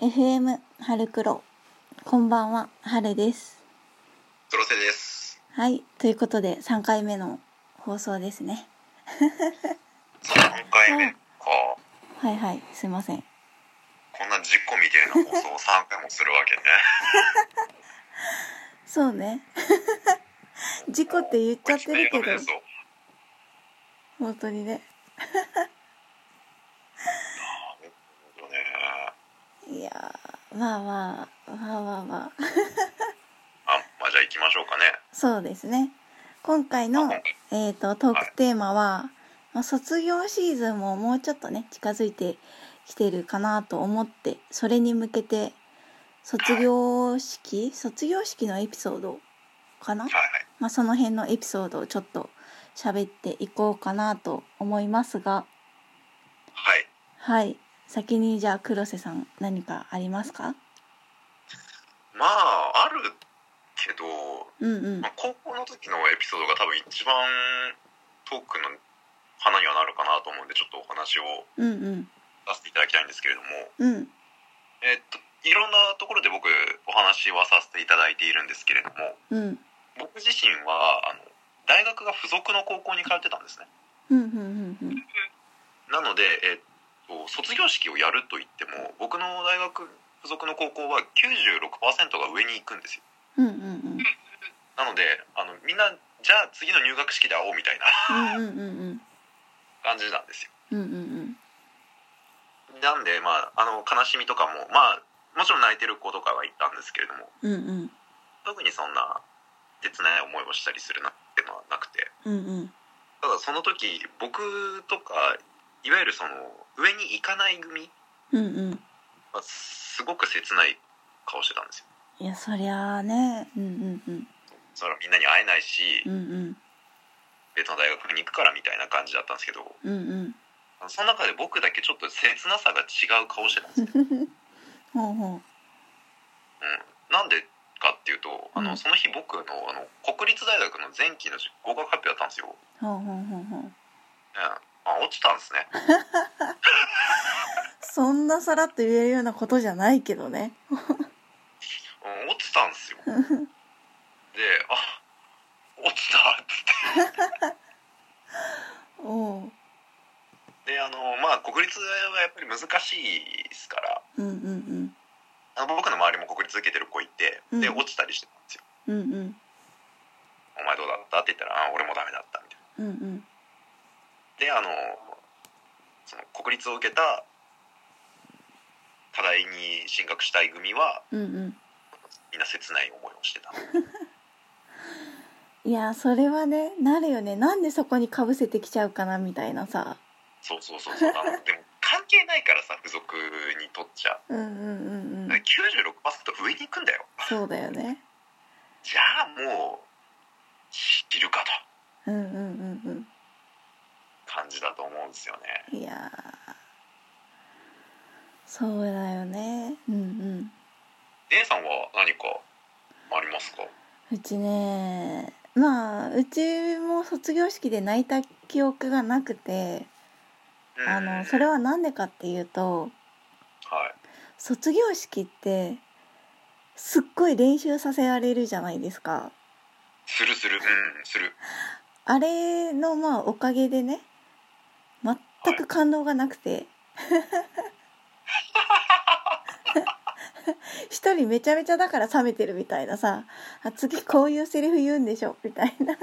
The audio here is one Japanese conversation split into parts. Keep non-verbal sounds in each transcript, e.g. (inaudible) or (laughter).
FM 春黒こんばんは春です黒瀬です。はいということで3回目の放送ですね3回目か。はいはいすいませんこんな10個みたいな放送を3回もするわけね。そうね (laughs) 事故って言っちゃってるけどこれ一番やばいやつを本当にねそうねいやーまあまあまあまあまああ、まあじゃあ行きましょうかね。そうですね今回のあ今回、えー、とトークテーマは、まあ卒業シーズンももうちょっとね近づいてきてるかなと思ってそれに向けて卒業式卒業式のエピソードかな、はいはい。まあ、その辺のエピソードをちょっと喋っていこうかなと思いますがはい。はい先にじゃあ黒瀬さん何かありますかまあ、あるけど、うんうんまあ、高校の時のエピソードが多分一番トークの花にはなるかなと思うんで、ちょっとお話をうんうんさせていただきたいんですけれども、うんえっと、いろんなところで僕お話はさせていただいているんですけれども、うん僕自身はあの大学が付属の高校に通ってたんですねうんうんうんうんなので、えっと、卒業式をやると言っても僕の大学付属の高校は96%が上に行くんですようんうんうんなのであのみんなじゃあ次の入学式で会おうみたいなう (laughs) んうんうんうん感じなんですうんようんなんでまああの悲しみとかもまあもちろん泣いてる子とかはいたんですけれどもうんうん特にそんな切ない思いをしたりするなってのはなくてうんうんただその時僕とかいわゆるその上に行かない組うんうんまあ、すごく切ない顔してたんですよいやそりゃあねうんうんそれはみんなに会えないし、うんうん別の大学に行くからみたいな感じだったんですけどうんうんその中で僕だけちょっと切なさが違う顔してたんですよ、ほうほうん、なんでかっていうとあうのんその日僕のあの国立大学の前期の合格発表だったんですよ、うんうほうほうほうほうまあ、落ちたんですねそんなさらっと言えるようなことじゃないけどねうん落ちた (laughs) んですよであ落ちたっつっおうてであのまあ国立はやっぱり難しいですからうんうんあの僕の周りも国立受けてる子いてでうん落ちたりしてたんですようんうんうんお前どうだったって言ったら、あ俺もダメだったみたいうんな。うんで、あの、その国立を受けた、課題に進学したい組は、うんうんみんな切ない思いをしてた。いやそれはねなるよねなんでそこにかぶせてきちゃうかなみたいなさそうそうそうそう。あのでも、関係ないからさ、付属にとっちゃ。うんうんうんうん96%上に行くんだよ。そうだよねじゃあもう、知るかうと。んうんうん感じだと思うんですよね。うんいやーそうだよねうんうん姉さんは何かありますかうちねまあうちも卒業式で泣いた記憶がなくてあのそれは。は何でかっていうとはい。卒業式ってすっごい練習させられるじゃないですかするする。うん、する。あれのまあおかげでね全く感動がなくて一人めちゃめちゃだから冷めてるみたいなさあ次こういうセリフ言うんでしょみたいな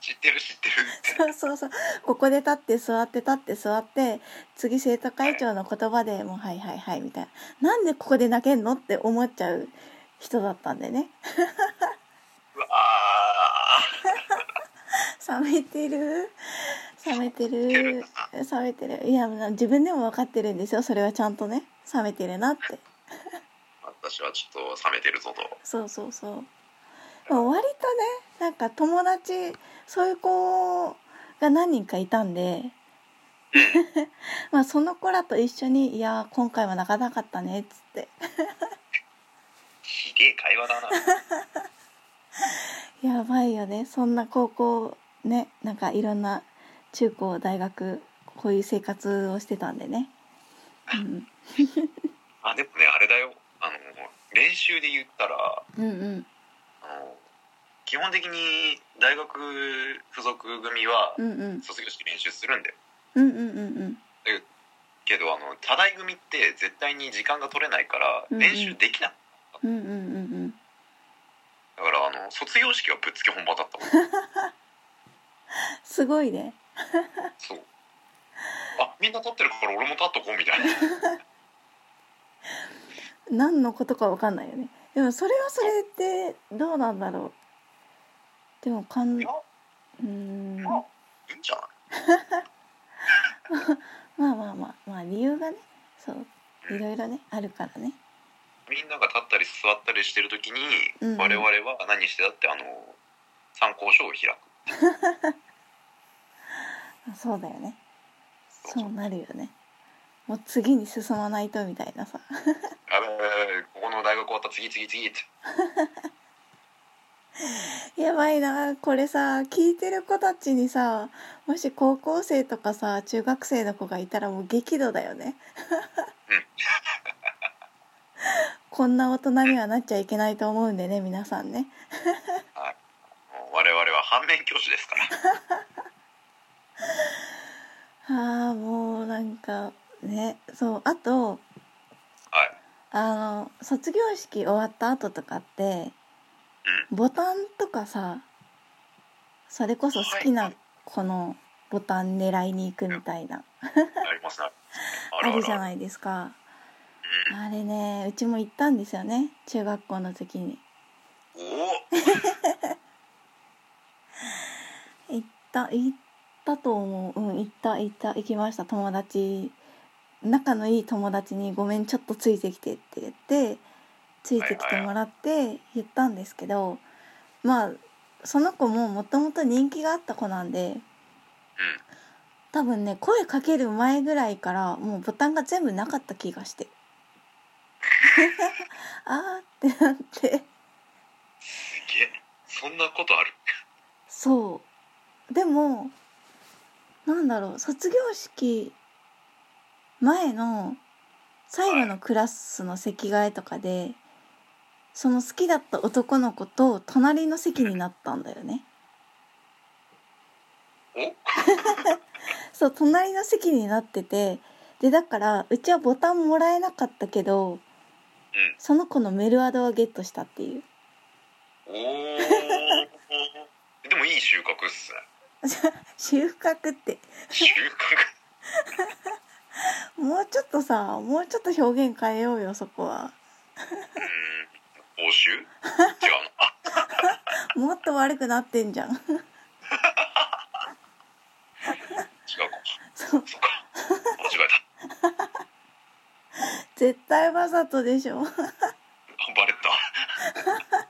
知ってる知ってる。そう (laughs) そうそうここで立って座って立って座って次生徒会長の言葉でもう「はいはいはい」みたいななんでここで泣けんのって思っちゃう人だったんでねうわあ。冷めてる冷めてる冷めてる冷めてるいや自分でも分かってるんですよそれはちゃんとね冷めてるなって私はちょっと冷めてるぞと。そうそうそうでも割とねなんか友達そういう子が何人かいたんで (laughs) まあその子らと一緒に「いやー今回は泣かなかったね」っつってひでえ会 (laughs) 話だな。 「やばいよねそんな高校ねなんかいろんな中高大学こういう生活をしてたんでね」うん、あ、でもね、あれだよ。練習で言ったらうんうんあの基本的に大学付属組はうんうん卒業式練習するんだようんうんうんけどあの多大組って絶対に時間が取れないからうんうん練習できない、うんうんうんうんだからあの卒業式はぶっつけ本番だった (laughs) もんすごいねそうあみんな立ってるから俺も立っとこうみたいな何のことかわかんないよねでもそれはそれってどうなんだろうでもかんいうやーんままあいいんじゃないあまあまあまあ理由がねそういろいろねあるからねみんなが立ったり座ったりしてる時に、うんうん我々は何してだってあの参考書を開くあそうだよねそうなるよねもう次に進まないとみたいなさやべえここの大学終わった次次次ってやばいなこれさ聞いてる子たちにさもし高校生とかさ中学生の子がいたらもう激怒だよねこんな大人にはなっちゃいけないと思うんでね皆さんねもう我々は反面教師ですからああもうなんかねそうあとはいあの卒業式終わった後とかってボタンとかさそれこそ好きな子のボタン狙いに行くみたいなありますねああるじゃいないですかあれねうちも行ったんですよね中学校の時におお行った行ったと思ううん行った行った行きました友達仲のいい友達に「ごめんちょっとついてきて」って言ってついてきてもらって言ったんですけどまあその子ももともと人気があった子なんでうん多分ね声かける前ぐらいからもうボタンが全部なかった気がして (laughs) あーってなって。すげえそんなことあるそうでもなんだろう卒業式前の最後のクラスの席替えとかでその好きだった男の子と隣の席になったんだよねおそう隣の席になっててでだからうちはボタンもらえなかったけどその子のメルアドをゲットしたっていうおおでもいい収穫っすね収穫って収穫もうちょっとさもうちょっと表現変えようよそこはうん報酬違うのあもっと悪くなってんじゃん違うかそうそっか間違えた絶対わざとでしょあバレた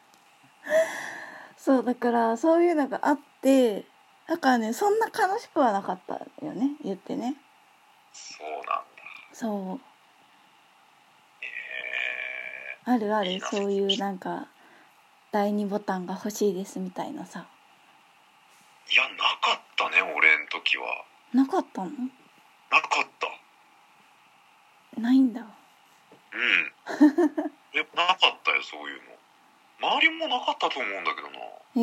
そうだからそういうのがあってだからねそんな楽しくはなかったよね言ってねそうなんだそうえあるあるいいなそういうなんか第二ボタンが欲しいですみたいなさーいやなかったね俺の時はなかったのなかったないんだうん。 (laughs) え、なかったよ、そういうの。周りもなかったと思うんだけどな。いえ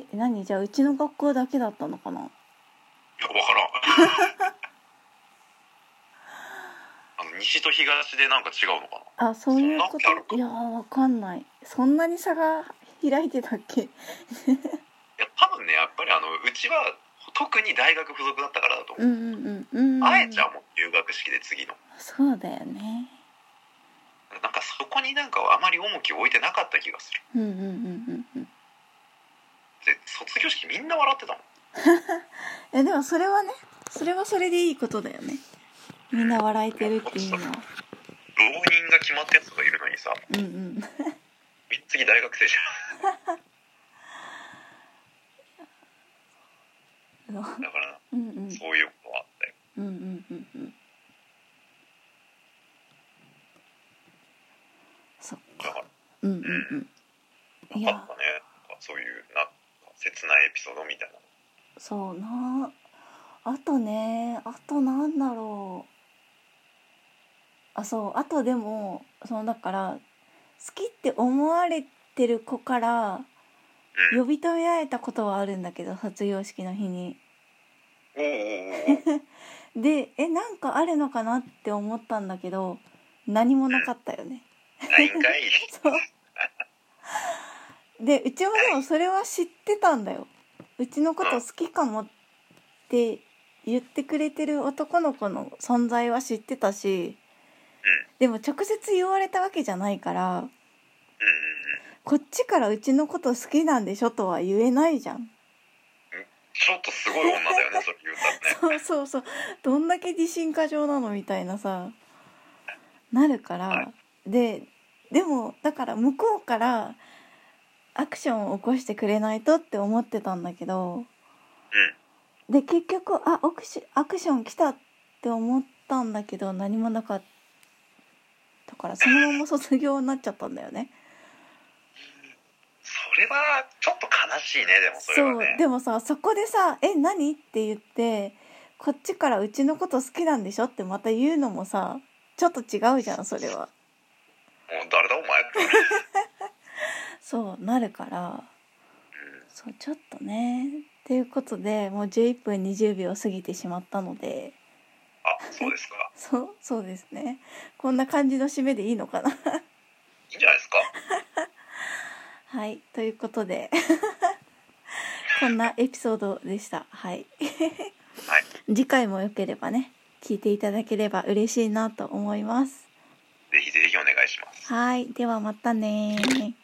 ー、え何じゃあうちの学校だけだったのかなや、わからん。 (laughs) あの、西と東でなんか違うのかな。あそういうこそんなわけあるとかいやーわかんないそんなに差が開いてたっけいや、多分ね、やっぱりあの、うちは特に大学附属だったからだと思うう。んうんうんうんあえちゃんも留学式で次の。そうだよねなんかそこになんかあまり重きを置いてなかった気がする。うんうんうんうんうんで、卒業式みんな笑ってたもん。えでもそれはねそれはそれでいいことだよねみんな笑えてるっていうのは浪人が決まったやつがいるのにさ、うんうんみんな次大学生じうわゃん。だから、うんうんそういうことはあったよ。うんうんうんうんそっだからか。うんうんうんいやなかったねなんかそういうなんか切ないエピソードみたいなそうなあとねあとなんだろうあそうあとでもそのだからきって思われてる子からうん呼び止められたことはあるんだけど卒業式の日におーおーおーでえなんかあるのかなって思ったんだけど何もなかったよねないんかいそう (laughs) でうちもでもそれは知ってたんだようちのこと好きかもって言ってくれてる男の子の存在は知ってたしでも直接言われたわけじゃないからうんこっちからうちのこと好きなんでしょとは言えないじゃんちょっとすごい女だよねそれ言うたらそうねそうそうどんだけ自信過剰なのみたいなさなるからででもだから向こうからアクションを起こしてくれないとって思ってたんだけどで結局あアクシアクション来たって思ったんだけど何もなかったからそのまま卒業になっちゃったんだよね。それはちょっと悲しいねでもそれそはうねでもさそこでさ「え何?」って言ってこっちからうちのこと好きなんでしょってまた言うのもさちょっと違うじゃんそれはもう誰だお前って、そうなるからうんそうちょっとねっていうことでもう11分20秒過ぎてしまったのであそうですかそうそうですねこんな感じの締めでいいのかないいんじゃないですかはいということで (laughs) こんなエピソードでしたはいはい (laughs) 次回もよければね聞いていただければ嬉しいなと思いますぜひぜひお願いしますはい、ではまたねー。